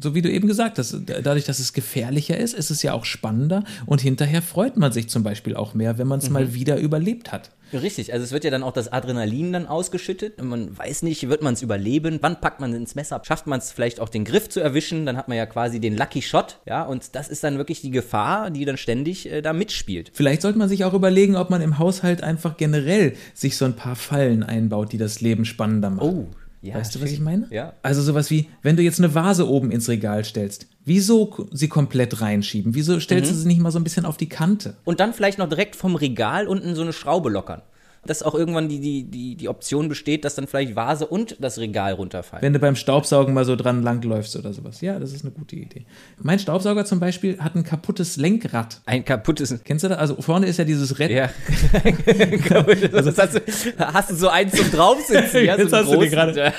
Speaker 1: so wie du eben gesagt hast, da- dadurch, dass es gefährlicher ist, ist es ja auch spannender und hinterher freut man sich zum Beispiel auch mehr, wenn man
Speaker 2: Mhm.
Speaker 1: es mal wieder überlebt hat.
Speaker 2: Richtig, also es wird ja dann auch das Adrenalin dann ausgeschüttet. Und man weiß nicht, wird man es überleben? Wann packt man ins Messer? Schafft man es vielleicht auch den Griff zu erwischen? Dann hat man ja quasi den Lucky Shot. Ja, und das ist dann wirklich die Gefahr, die dann ständig äh, da mitspielt.
Speaker 1: Vielleicht sollte man sich auch überlegen, ob man im Haushalt einfach generell sich so ein paar Fallen einbaut, die das Leben spannender machen.
Speaker 2: Oh, ja.
Speaker 1: Weißt du, was ich meine?
Speaker 2: Ja.
Speaker 1: Also sowas wie, wenn du jetzt eine Vase oben ins Regal stellst, wieso k- sie komplett reinschieben? Wieso stellst
Speaker 2: Mhm.
Speaker 1: du sie nicht mal so ein bisschen auf die Kante?
Speaker 2: Und dann vielleicht noch direkt vom Regal unten so eine Schraube lockern. Dass auch irgendwann die, die, die, die Option besteht, dass dann vielleicht Vase und das Regal runterfallen.
Speaker 1: Wenn du beim Staubsaugen mal so dran langläufst oder sowas. Ja, das ist eine gute Idee. Mein Staubsauger zum Beispiel hat ein kaputtes Lenkrad.
Speaker 2: Ein kaputtes.
Speaker 1: Kennst du das? Also vorne ist ja Also, dieses Rett.
Speaker 2: <laughs> Ja. das hast, du, hast du so einen
Speaker 1: <laughs>
Speaker 2: zum draufsitzen? Ja,
Speaker 1: Jetzt
Speaker 2: so
Speaker 1: hast
Speaker 2: einen
Speaker 1: du den
Speaker 2: großen.
Speaker 1: gerade-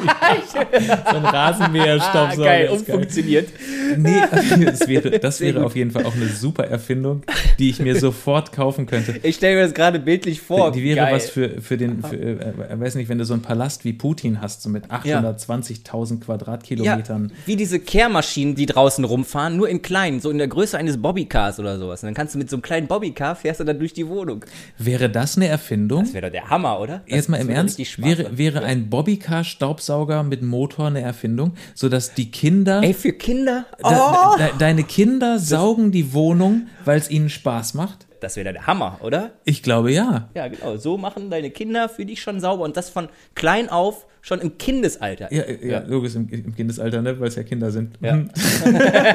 Speaker 2: Ja,
Speaker 1: So ein Rasenmäher-Staubsauger.
Speaker 2: Ah, <laughs> geil,
Speaker 1: ist geil.
Speaker 2: umfunktioniert.
Speaker 1: Nee,
Speaker 2: <laughs>
Speaker 1: <laughs> das wäre, das
Speaker 2: gut.
Speaker 1: wäre auf jeden Fall auch eine super Erfindung, die ich
Speaker 2: <laughs>
Speaker 1: mir sofort kaufen könnte.
Speaker 2: Ich stelle mir das gerade bildlich vor.
Speaker 1: Die wäre
Speaker 2: Oh, Geil.
Speaker 1: was für, für den, für, äh, äh, weiß nicht, wenn du so einen Palast wie Putin hast, so mit 820.000
Speaker 2: ja,
Speaker 1: Quadratkilometern.
Speaker 2: wie diese Kehrmaschinen, die draußen rumfahren, nur in klein, so in der Größe eines Bobbycars oder sowas. Und dann kannst du mit so einem kleinen Bobbycar fährst du dann durch die Wohnung.
Speaker 1: Wäre das eine Erfindung?
Speaker 2: Das wäre doch der Hammer, oder? Das,
Speaker 1: Jetzt mal
Speaker 2: das
Speaker 1: im
Speaker 2: wär doch
Speaker 1: Ernst,
Speaker 2: richtig Spaß.
Speaker 1: wäre, wäre ein Bobbycar-Staubsauger mit Motor eine Erfindung, sodass die Kinder,
Speaker 2: Ey, für Kinder?
Speaker 1: da,
Speaker 2: Oh!
Speaker 1: de, deine Kinder saugen die Wohnung, weil es ihnen Spaß macht?
Speaker 2: Das wäre der Hammer, oder?
Speaker 1: Ich glaube ja.
Speaker 2: Ja, genau. So machen deine Kinder für dich schon sauber und das von klein auf schon im Kindesalter.
Speaker 1: Ja, ja, ja. logisch im, im Kindesalter, ne? weil es ja Kinder sind.
Speaker 2: Ja. <laughs>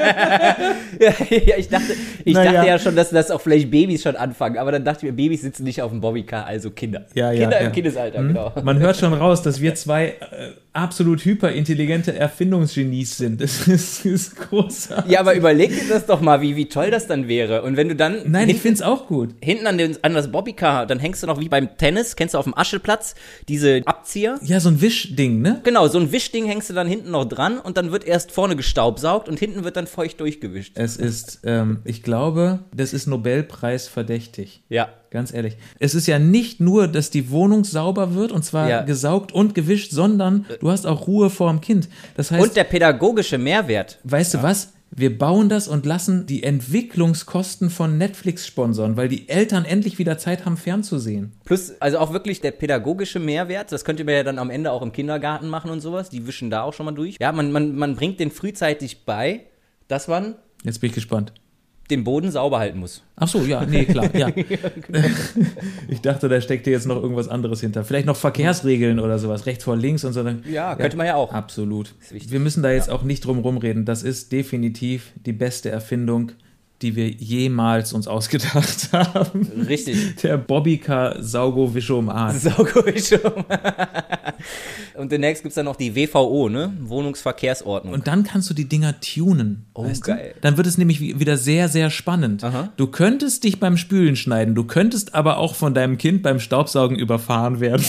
Speaker 2: ja, ich dachte, ich
Speaker 1: Naja.
Speaker 2: dachte ja schon, dass das auch vielleicht Babys schon anfangen, aber dann dachte ich mir, Babys sitzen nicht auf dem Bobbycar, also Kinder.
Speaker 1: Ja, ja,
Speaker 2: Kinder im
Speaker 1: ja. Mhm.
Speaker 2: Kindesalter, genau.
Speaker 1: Man hört schon raus, dass wir zwei äh, absolut hyperintelligente Erfindungsgenies sind. Das <laughs> ist, ist großartig.
Speaker 2: <laughs> Ja, aber überleg dir das doch mal, wie, wie toll das dann wäre. Und wenn du dann
Speaker 1: Nein, ich
Speaker 2: hinten,
Speaker 1: finde es auch gut.
Speaker 2: hinten an, den, an das Bobbycar, dann hängst du noch wie beim Tennis, kennst du auf dem Ascheplatz, diese Abzieher.
Speaker 1: Ja, so ein Wischding, ne?
Speaker 2: Genau, so ein Wischding hängst du dann hinten noch dran und dann wird erst vorne gestaubsaugt und hinten wird dann feucht durchgewischt.
Speaker 1: Es ist, ähm, ich glaube, das ist Nobelpreis verdächtig.
Speaker 2: Ja.
Speaker 1: Ganz ehrlich. Es ist ja nicht nur, dass die Wohnung sauber wird und zwar
Speaker 2: Ja.
Speaker 1: gesaugt und gewischt, sondern du hast auch Ruhe vorm Kind. Das heißt,
Speaker 2: Und der pädagogische Mehrwert.
Speaker 1: weißt du was? Wir bauen das und lassen die Entwicklungskosten von Netflix sponsoren, weil die Eltern endlich wieder Zeit haben, fernzusehen.
Speaker 2: Plus, also auch wirklich der pädagogische Mehrwert, das könnte man ja dann am Ende auch im Kindergarten machen und sowas, die wischen da auch schon mal durch. Ja, man, man, man bringt den frühzeitig bei, dass man
Speaker 1: Jetzt bin ich gespannt.
Speaker 2: den Boden sauber halten muss.
Speaker 1: Ach so, ja, nee, klar, <laughs> ja. genau. Ich dachte, da steckte jetzt noch irgendwas anderes hinter. Vielleicht noch Verkehrsregeln oder sowas, rechts vor links und so. dann-
Speaker 2: Ja, könnte man ja
Speaker 1: Ah.
Speaker 2: auch.
Speaker 1: Absolut.
Speaker 2: wichtig.
Speaker 1: Wir müssen da jetzt auch nicht drum rumreden. Das ist definitiv die beste Erfindung, die wir jemals uns ausgedacht <laughs> haben. <laughs>
Speaker 2: Richtig.
Speaker 1: Der Bobbycar Saugo um Vischomat.
Speaker 2: Saugewischung. Und demnächst gibt's dann noch die WVO, ne? Wohnungsverkehrsordnung.
Speaker 1: Und dann kannst du die Dinger tunen.
Speaker 2: Oh,
Speaker 1: weißt
Speaker 2: geil.
Speaker 1: Du? Dann wird es nämlich wie- wieder sehr, sehr spannend.
Speaker 2: Aha.
Speaker 1: Du könntest dich beim Spülen schneiden, du könntest aber auch von deinem Kind beim Staubsaugen überfahren werden.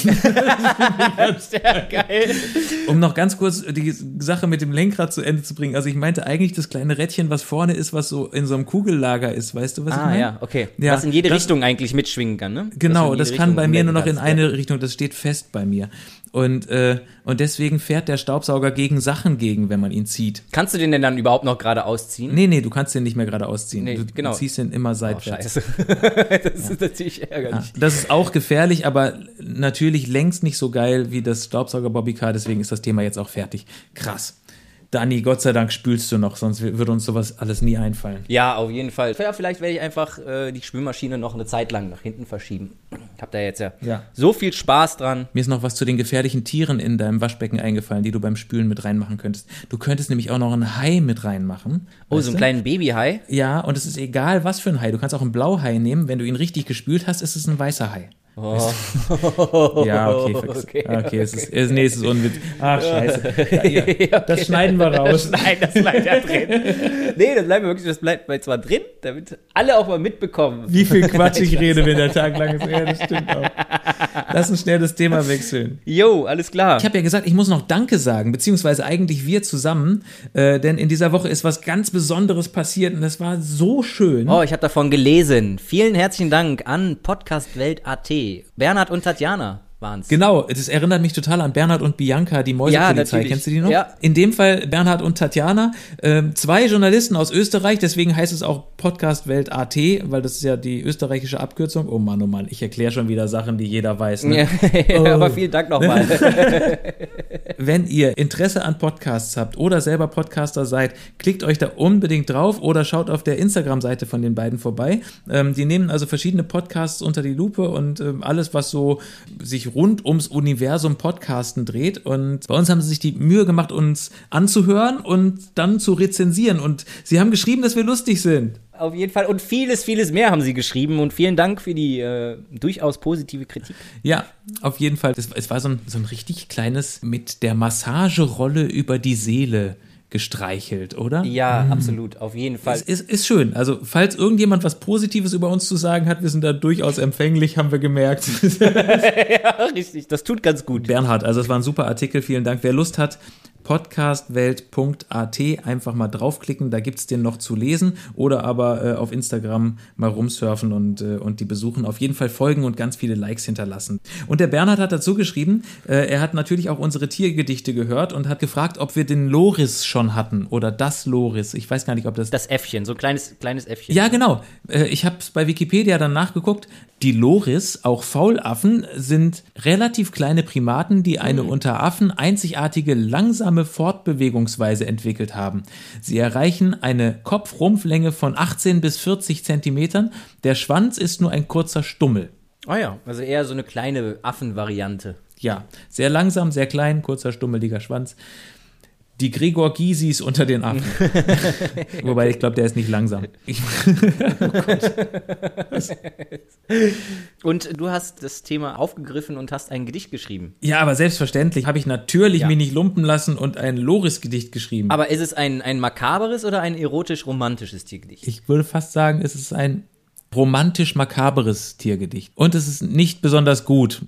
Speaker 2: geil.
Speaker 1: Um noch ganz kurz die Sache mit dem Lenkrad zu Ende zu bringen. Also ich meinte eigentlich das kleine Rädchen, was vorne ist, was so in so einem Kugellager ist. Weißt du, was ich
Speaker 2: Ah,
Speaker 1: meine?
Speaker 2: ja, okay.
Speaker 1: Mhm. Ja,
Speaker 2: Was in jede
Speaker 1: das-
Speaker 2: Richtung eigentlich mitschwingen kann, ne?
Speaker 1: Genau,
Speaker 2: Dass du in jede
Speaker 1: das kann
Speaker 2: Richtung
Speaker 1: bei mir nur noch in
Speaker 2: umlenken kannst,
Speaker 1: eine Richtung, das steht fest bei mir. Und, äh, und deswegen fährt der Staubsauger gegen Sachen gegen, wenn man ihn zieht.
Speaker 2: ja. Kannst du den denn dann überhaupt noch gerade ausziehen?
Speaker 1: Nee, nee, du kannst den nicht mehr gerade ausziehen.
Speaker 2: Nee,
Speaker 1: du
Speaker 2: genau.
Speaker 1: ziehst den immer
Speaker 2: Oh,
Speaker 1: seitwärts.
Speaker 2: scheiße. <laughs> das ist natürlich
Speaker 1: Ah,
Speaker 2: ärgerlich.
Speaker 1: das ist auch gefährlich, aber natürlich längst nicht so geil wie das Staubsauger-Bobbycar, deswegen ist das Thema jetzt auch fertig. Krass. Dani, Gott sei Dank spülst du noch, sonst würde uns sowas alles nie einfallen.
Speaker 2: Ja, auf jeden Fall. Ja, vielleicht werde ich einfach äh, die Spülmaschine noch eine Zeit lang nach hinten verschieben. Ich habe da jetzt ja,
Speaker 1: Ja.
Speaker 2: so viel Spaß dran.
Speaker 1: Mir ist noch was zu den gefährlichen Tieren in deinem Waschbecken eingefallen, die du beim Spülen mit reinmachen könntest. Du könntest nämlich auch noch einen Hai mit reinmachen.
Speaker 2: Oh,
Speaker 1: Weißt
Speaker 2: so
Speaker 1: du?
Speaker 2: einen kleinen Babyhai.
Speaker 1: Ja, und es ist egal, was für ein Hai. Du kannst auch einen Blauhai nehmen. Wenn du ihn richtig gespült hast, ist es ein weißer Hai. Ja, okay, fix. Okay, okay, Es ist, es, nee, es ist unwitzig. Ach, Ah, scheiße. Ja, ja. Das schneiden wir raus.
Speaker 2: Nein, das bleibt ja drin. <laughs> Nee, das bleibt wirklich, das bleibt bei zwar drin, damit alle auch mal mitbekommen.
Speaker 1: Wie viel Quatsch ich rede, wenn der Tag lang ist. Ja, das stimmt auch. Lass uns schnell das Thema wechseln.
Speaker 2: Jo, alles klar.
Speaker 1: Ich habe ja gesagt, ich muss noch Danke sagen, beziehungsweise eigentlich wir zusammen, äh, denn in dieser Woche ist was ganz Besonderes passiert und das war so schön.
Speaker 2: Oh, ich habe davon gelesen. Vielen herzlichen Dank an Podcastwelt.at. Bernhard und Tatjana waren's.
Speaker 1: Genau, das erinnert mich total an Bernhard und Bianca, die Mäusepolizei.
Speaker 2: natürlich.
Speaker 1: Kennst du die noch?
Speaker 2: Ja.
Speaker 1: In dem Fall Bernhard und Tatjana, ähm, zwei Journalisten aus Österreich, deswegen heißt es auch Podcast Welt AT, weil das ist ja die österreichische Abkürzung. Oh Mann, oh Mann, ich erkläre schon wieder Sachen, die jeder weiß. Ne?
Speaker 2: Ja, <laughs> Aber vielen Dank nochmal.
Speaker 1: Wenn ihr Interesse an Podcasts habt oder selber Podcaster seid, klickt euch da unbedingt drauf oder schaut auf der Instagram-Seite von den beiden vorbei. Ähm, die nehmen also verschiedene Podcasts unter die Lupe und ähm, alles, was so sich rund ums Universum Podcasten dreht. Und bei uns haben sie sich die Mühe gemacht, uns anzuhören und dann zu rezensieren. Und sie haben geschrieben, dass wir lustig sind.
Speaker 2: Auf jeden Fall. Und vieles, vieles mehr haben sie geschrieben. Und vielen Dank für die äh, durchaus positive Kritik.
Speaker 1: Ja, auf jeden Fall. Es, es war so ein, so ein richtig kleines mit der Massagerolle über die Seele gestreichelt, oder?
Speaker 2: Ja, absolut. Auf jeden Fall.
Speaker 1: Es ist, ist schön. Also, falls irgendjemand was Positives über uns zu sagen hat, wir sind da durchaus empfänglich, haben wir gemerkt. <laughs>
Speaker 2: Richtig, das tut ganz gut.
Speaker 1: Bernhard, also es war ein super Artikel, vielen Dank. Wer Lust hat, podcastwelt.at einfach mal draufklicken, da gibt's den noch zu lesen oder aber äh, auf Instagram mal rumsurfen und, äh, und die besuchen. Auf jeden Fall folgen und ganz viele Likes hinterlassen. Und der Bernhard hat dazu geschrieben, äh, er hat natürlich auch unsere Tiergedichte gehört und hat gefragt, ob wir den Loris schon hatten oder das Loris. Ich weiß gar nicht, ob das
Speaker 2: Das Äffchen, so ein kleines, kleines Äffchen.
Speaker 1: Ja, genau. Äh, Ich habe es bei Wikipedia dann nachgeguckt. Die Loris, auch Faulaffen, sind relativ kleine Primaten, die eine unter Affen einzigartige langsame Fortbewegungsweise entwickelt haben. Sie erreichen eine Kopfrumpflänge von 18 bis 40 Zentimetern. Der Schwanz ist nur ein kurzer Stummel.
Speaker 2: Ah ja, also eher so eine kleine Affenvariante.
Speaker 1: Ja, sehr langsam, sehr klein, kurzer, stummeliger Schwanz. Die Gregor Gysis unter den Affen. Wobei, ich glaube, der ist nicht langsam. Ich,
Speaker 2: Und du hast das Thema aufgegriffen und hast ein Gedicht geschrieben.
Speaker 1: Ja, aber selbstverständlich habe ich natürlich
Speaker 2: Ja.
Speaker 1: mich nicht lumpen lassen und ein Loris-Gedicht geschrieben.
Speaker 2: Aber ist es ein, ein makaberes oder ein erotisch-romantisches Tiergedicht?
Speaker 1: ich würde fast sagen, es ist ein romantisch makaberes Tiergedicht. Und es ist nicht besonders gut.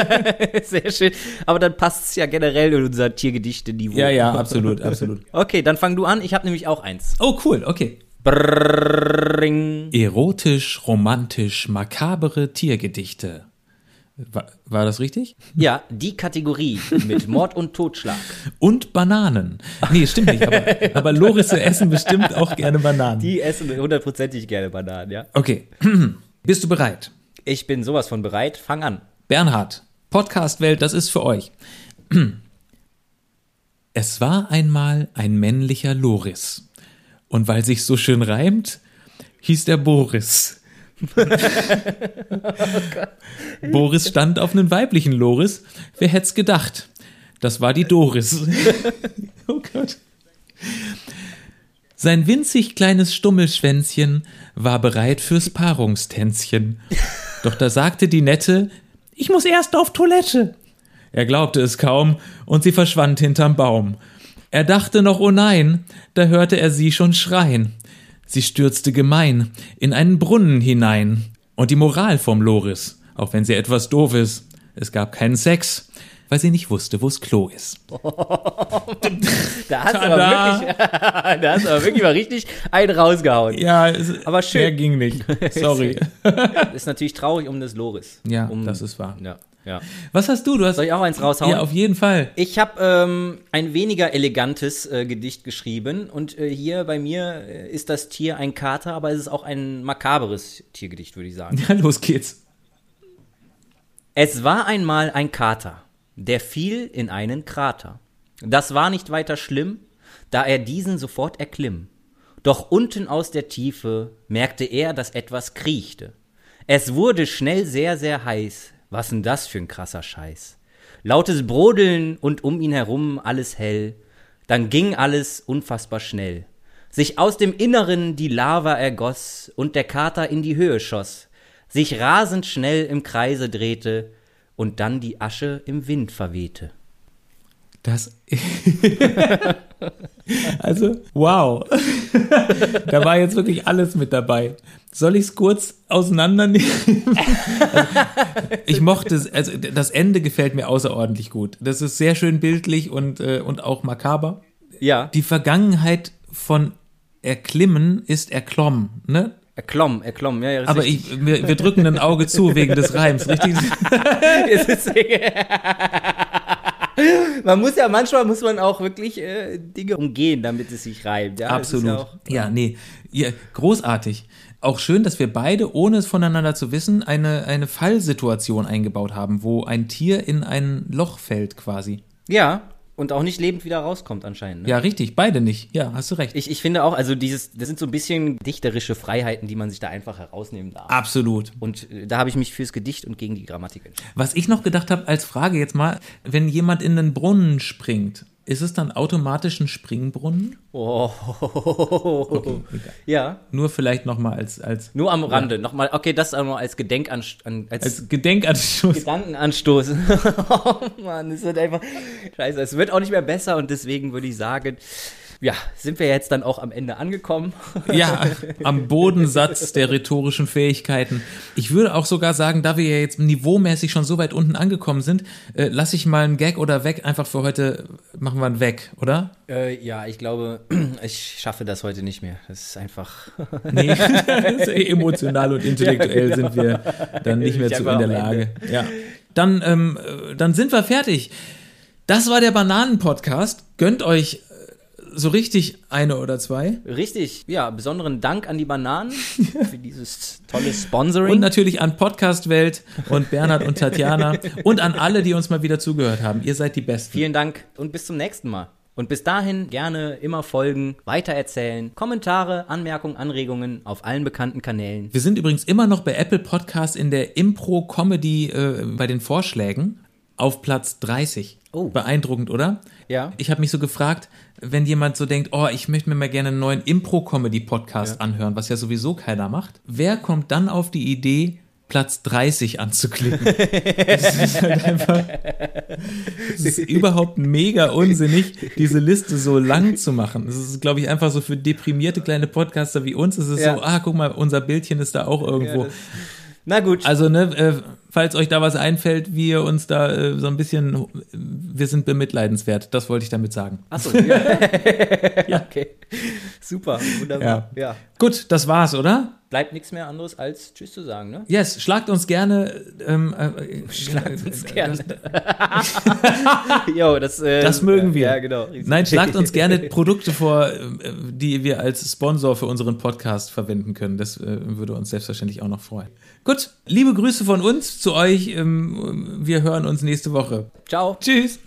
Speaker 2: <laughs> Sehr schön. Aber dann passt es ja generell in unser
Speaker 1: <laughs>
Speaker 2: Tiergedichte-Niveau.
Speaker 1: ja, ja, absolut, absolut.
Speaker 2: Okay, dann fang du an. Ich habe nämlich auch eins.
Speaker 1: Oh, cool, okay.
Speaker 2: Brrring.
Speaker 1: Erotisch, romantisch, makabere Tiergedichte. War, war das richtig?
Speaker 2: Ja, die Kategorie mit Mord und Totschlag.
Speaker 1: Und Bananen. Nee, stimmt nicht, <laughs> aber, aber Lorisse essen bestimmt auch gerne Bananen.
Speaker 2: Die essen hundertprozentig gerne Bananen, ja?
Speaker 1: Okay. <clears throat> Bist du bereit?
Speaker 2: Ich bin sowas von bereit. Fang an.
Speaker 1: Bernhard, Podcast-Welt, das ist für euch. <clears throat> Es war einmal ein männlicher Loris. Und weil sich so schön reimt, hieß der Boris. <laughs> Boris stand auf einen weiblichen Loris. Wer hätt's gedacht? Das war die Doris. oh Gott. Sein winzig kleines Stummelschwänzchen war bereit fürs Paarungstänzchen. Doch da sagte die Nette, ich muss erst auf Toilette. Er glaubte es kaum, und sie verschwand hinterm Baum. Er dachte noch, oh nein, da hörte er sie schon schreien. Sie stürzte gemein in einen Brunnen hinein. Und die Moral vom Loris, auch wenn sie etwas doof ist, es gab keinen Sex, weil sie nicht wusste, wo's Klo ist.
Speaker 2: Da hast du aber wirklich, <laughs> da hast du aber wirklich mal richtig einen rausgehauen.
Speaker 1: Ja,
Speaker 2: Aber schön.
Speaker 1: Mehr ging nicht.
Speaker 2: <laughs>
Speaker 1: Sorry.
Speaker 2: Ist natürlich traurig um das Loris.
Speaker 1: Ja,
Speaker 2: um,
Speaker 1: das ist wahr.
Speaker 2: Ja, ja.
Speaker 1: Was hast du? Du hast
Speaker 2: Soll ich auch eins raushauen?
Speaker 1: ja auf jeden Fall.
Speaker 2: Ich habe ähm, ein weniger elegantes äh, Gedicht geschrieben und äh, hier bei mir äh, ist das Tier ein Kater, aber es ist auch ein makaberes Tiergedicht, würde ich sagen.
Speaker 1: Ja, los geht's.
Speaker 2: Es war einmal ein Kater, der fiel in einen Krater. Das war nicht weiter schlimm, da er diesen sofort erklimm. Doch unten aus der Tiefe merkte er, dass etwas kriechte. Es wurde schnell sehr, sehr heiß. Was denn das für ein krasser Scheiß? Lautes Brodeln und um ihn herum alles hell. Dann ging alles unfassbar schnell. Sich aus dem Inneren die Lava ergoss und der Kater in die Höhe schoss, sich rasend schnell im Kreise drehte und dann die Asche im Wind verwehte.
Speaker 1: Das. <laughs> also, wow. da war jetzt wirklich alles mit dabei. Soll ich es kurz auseinandernehmen? also, ich mochte es, also das Ende gefällt mir außerordentlich gut. Das ist sehr schön bildlich und, äh, und auch makaber.
Speaker 2: Ja,
Speaker 1: Die Vergangenheit von erklimmen ist erklommen, ne?
Speaker 2: erklomm, erklomm, ja, ja, das
Speaker 1: Aber
Speaker 2: <laughs> ist
Speaker 1: ich, wir, wir drücken ein Auge zu wegen des Reims, richtig?
Speaker 2: richtig. Es ist- <laughs> man muss ja, manchmal muss man auch wirklich äh, Dinge umgehen, damit es sich reimt. Ja? Das ist
Speaker 1: Absolut.
Speaker 2: ja
Speaker 1: Ja,
Speaker 2: auch- ne?
Speaker 1: nee. Ja, großartig. Auch schön, dass wir beide, ohne es voneinander zu wissen, eine, eine Fallsituation eingebaut haben, wo ein Tier in ein Loch fällt quasi.
Speaker 2: ja, und auch nicht lebend wieder rauskommt anscheinend. Ne?
Speaker 1: Ja, richtig, beide nicht. Ja, hast du recht.
Speaker 2: Ich, ich finde auch, also dieses, das sind so ein bisschen dichterische Freiheiten, die man sich da einfach herausnehmen darf.
Speaker 1: Absolut.
Speaker 2: Und äh, da habe ich mich fürs Gedicht und gegen die Grammatik entschieden.
Speaker 1: Was ich noch gedacht habe als Frage jetzt mal, wenn jemand in den Brunnen springt, ist es dann automatisch ein Springbrunnen?
Speaker 2: Oh.
Speaker 1: egal.
Speaker 2: Ja,
Speaker 1: Nur vielleicht nochmal als, als,
Speaker 2: nur am Rande. Nochmal, okay, das einmal als Gedenkanst an, als,
Speaker 1: als Gedenkanstoß.
Speaker 2: Gedankenanstoß. <laughs> oh Mann, es wird einfach. Scheiße, es wird auch nicht mehr besser und deswegen würde ich sagen, ja, sind wir jetzt dann auch am Ende angekommen.
Speaker 1: Ja, am Bodensatz der rhetorischen Fähigkeiten. Ich würde auch sogar sagen, da wir ja jetzt niveaumäßig schon so weit unten angekommen sind, äh, lasse ich mal einen Gag oder weg einfach für heute, machen wir einen weg, oder?
Speaker 2: Äh, ja, ich glaube, <clears throat> ich schaffe das heute nicht mehr. Das ist einfach. <laughs>
Speaker 1: Nee, sehr emotional und intellektuell sind wir dann nicht mehr
Speaker 2: genau. Ich
Speaker 1: zu
Speaker 2: war
Speaker 1: in der
Speaker 2: am
Speaker 1: Lage. Ja. Dann, ähm, äh, dann sind wir fertig. Das war der Bananen-Podcast. Gönnt euch äh, so richtig eine oder zwei.
Speaker 2: Richtig, ja, besonderen Dank an
Speaker 1: <laughs>
Speaker 2: die Bananen für dieses tolle
Speaker 1: Und
Speaker 2: Sponsoring.
Speaker 1: natürlich an Podcast-Welt und Bernhard und Tatjana und an alle, die uns mal wieder zugehört haben. Ihr seid die Besten.
Speaker 2: Vielen Dank und bis zum nächsten Mal. Und bis dahin gerne immer folgen, weitererzählen, Kommentare, Anmerkungen, Anregungen auf allen bekannten Kanälen.
Speaker 1: Wir sind übrigens immer noch bei Apple Podcasts in der Impro-Comedy äh, bei den Vorschlägen auf Platz 30.
Speaker 2: Oh.
Speaker 1: Beeindruckend, oder?
Speaker 2: Ja.
Speaker 1: Ich habe mich so gefragt, wenn jemand so denkt, oh, ich möchte mir mal gerne einen neuen Impro-Comedy-Podcast anhören, was ja sowieso keiner macht. Wer kommt dann auf die Idee, Platz 30 anzuklicken?
Speaker 2: <laughs>
Speaker 1: das ist halt einfach, das ist überhaupt mega unsinnig, diese Liste so lang zu machen. Das ist, glaube ich, einfach so für deprimierte kleine Podcaster wie uns. Es ist
Speaker 2: Ja.
Speaker 1: so, ah, guck mal, unser Bildchen ist da auch irgendwo.
Speaker 2: das- Na gut.
Speaker 1: Also, ne, äh, falls euch da was einfällt, wie ihr uns da äh, so ein bisschen, äh, wir sind bemitleidenswert. Das wollte ich damit sagen.
Speaker 2: Achso,
Speaker 1: <laughs>
Speaker 2: ja. ja. Okay. Super, wunderbar. Ja.
Speaker 1: Gut, das war's, oder?
Speaker 2: Bleibt nichts mehr anderes als Tschüss zu sagen, ne?
Speaker 1: Yes, schlagt uns gerne. Ähm,
Speaker 2: <laughs>
Speaker 1: äh, schlagt uns
Speaker 2: gerne. <laughs> Jo, das, äh,
Speaker 1: Das mögen wir.
Speaker 2: Ja, genau.
Speaker 1: Nein, schlagt uns
Speaker 2: <laughs>
Speaker 1: gerne Produkte vor, äh, die wir als Sponsor für unseren Podcast verwenden können. Das äh, würde uns selbstverständlich auch noch freuen. Gut, liebe Grüße von uns zu euch. Ähm, Wir hören uns nächste Woche.
Speaker 2: Ciao.
Speaker 1: Tschüss.